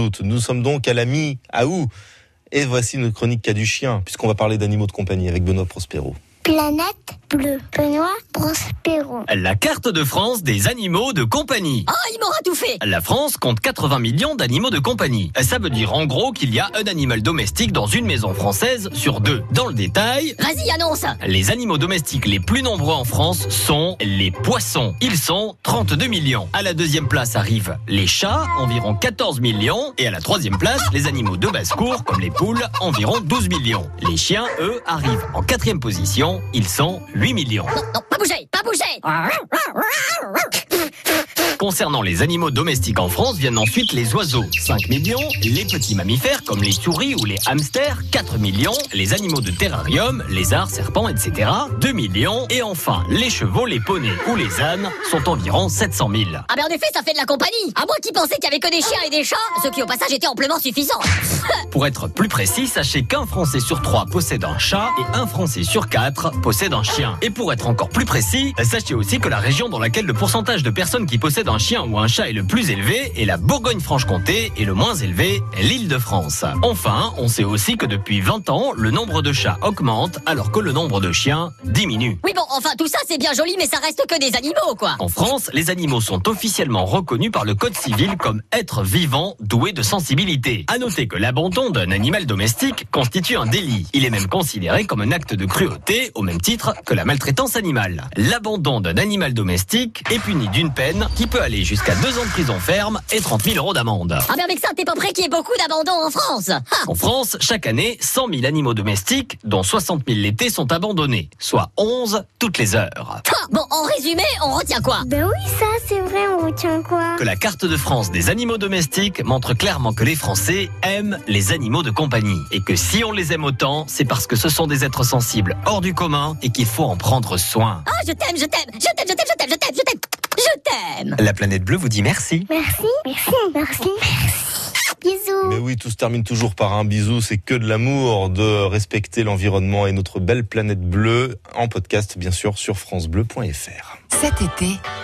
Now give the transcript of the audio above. l'aute. Nous sommes donc à la mi-août. Et voici notre chronique cas du chien, puisqu'on va parler d'animaux de compagnie avec Benoît Prospero. Planète bleue, Benoît Prospero. La carte de France des animaux de compagnie. Ah, il m'aura tout fait La France compte 80 millions d'animaux de compagnie. Ça veut dire en gros qu'il y a un animal domestique dans une maison française sur deux. Dans le détail, Vas-y, annonce les animaux domestiques les plus nombreux en France sont les poissons. Ils sont 32 millions. À la deuxième place arrivent les chats, environ 14 millions. Et à la troisième place, les animaux de basse-cour, comme les poules, environ 12 millions. Les chiens, eux, arrivent en quatrième position. Ils sont 8 millions. Non, non, pas bouger, pas bouger Concernant les animaux domestiques en France, viennent ensuite les oiseaux, 5 millions, les petits mammifères comme les souris ou les hamsters, 4 millions, les animaux de terrarium, lézards, serpents, etc., 2 millions, et enfin les chevaux, les poneys ou les ânes sont environ 700 000. Ah ben en effet, ça fait de la compagnie À moi qui pensais qu'il y avait que des chiens et des chats, ce qui au passage était amplement suffisant Pour être plus précis, sachez qu'un Français sur trois possède un chat et un Français sur quatre possède un chien. Et pour être encore plus précis, sachez aussi que la région dans laquelle le pourcentage de personnes qui possèdent un chien ou un chat est le plus élevé est la Bourgogne-Franche-Comté et le moins élevé l'Île-de-France. Enfin, on sait aussi que depuis 20 ans, le nombre de chats augmente alors que le nombre de chiens diminue. Oui bon, enfin tout ça c'est bien joli, mais ça reste que des animaux quoi En France, les animaux sont officiellement reconnus par le Code civil comme êtres vivants doués de sensibilité. À noter que l'abandon d'un animal domestique constitue un délit. Il est même considéré comme un acte de cruauté au même titre que la maltraitance animale. L'abandon d'un animal domestique est puni d'une peine qui peut aller jusqu'à deux ans de prison ferme et 30 000 euros d'amende. Ah ben avec ça, t'es pas prêt qu'il y ait beaucoup d'abandon en France Ah En France, chaque année, 100 000 animaux domestiques, dont 60 000 l'été, sont abandonnés, soit 11 toutes les heures. ah, Bon, en résumé, on retient quoi Ben oui, ça, c'est vrai, on retient quoi Que la carte de France des animaux domestiques montre clairement que les Français aiment les animaux de compagnie. Et que si on les aime autant, c'est parce que ce sont des êtres sensibles hors du commun et qu'il faut en prendre soin. Ah, je t'aime, je t'aime, je t'aime, je t'aime, je t'aime, je t'aime, je t'aime, je t'aime La planète bleue vous dit merci. Merci, merci, merci, merci. Bisous. Mais oui, tout se termine toujours par un bisou. C'est que de l'amour, de respecter l'environnement et notre belle planète bleue. En podcast, bien sûr, sur FranceBleu.fr. Cet été,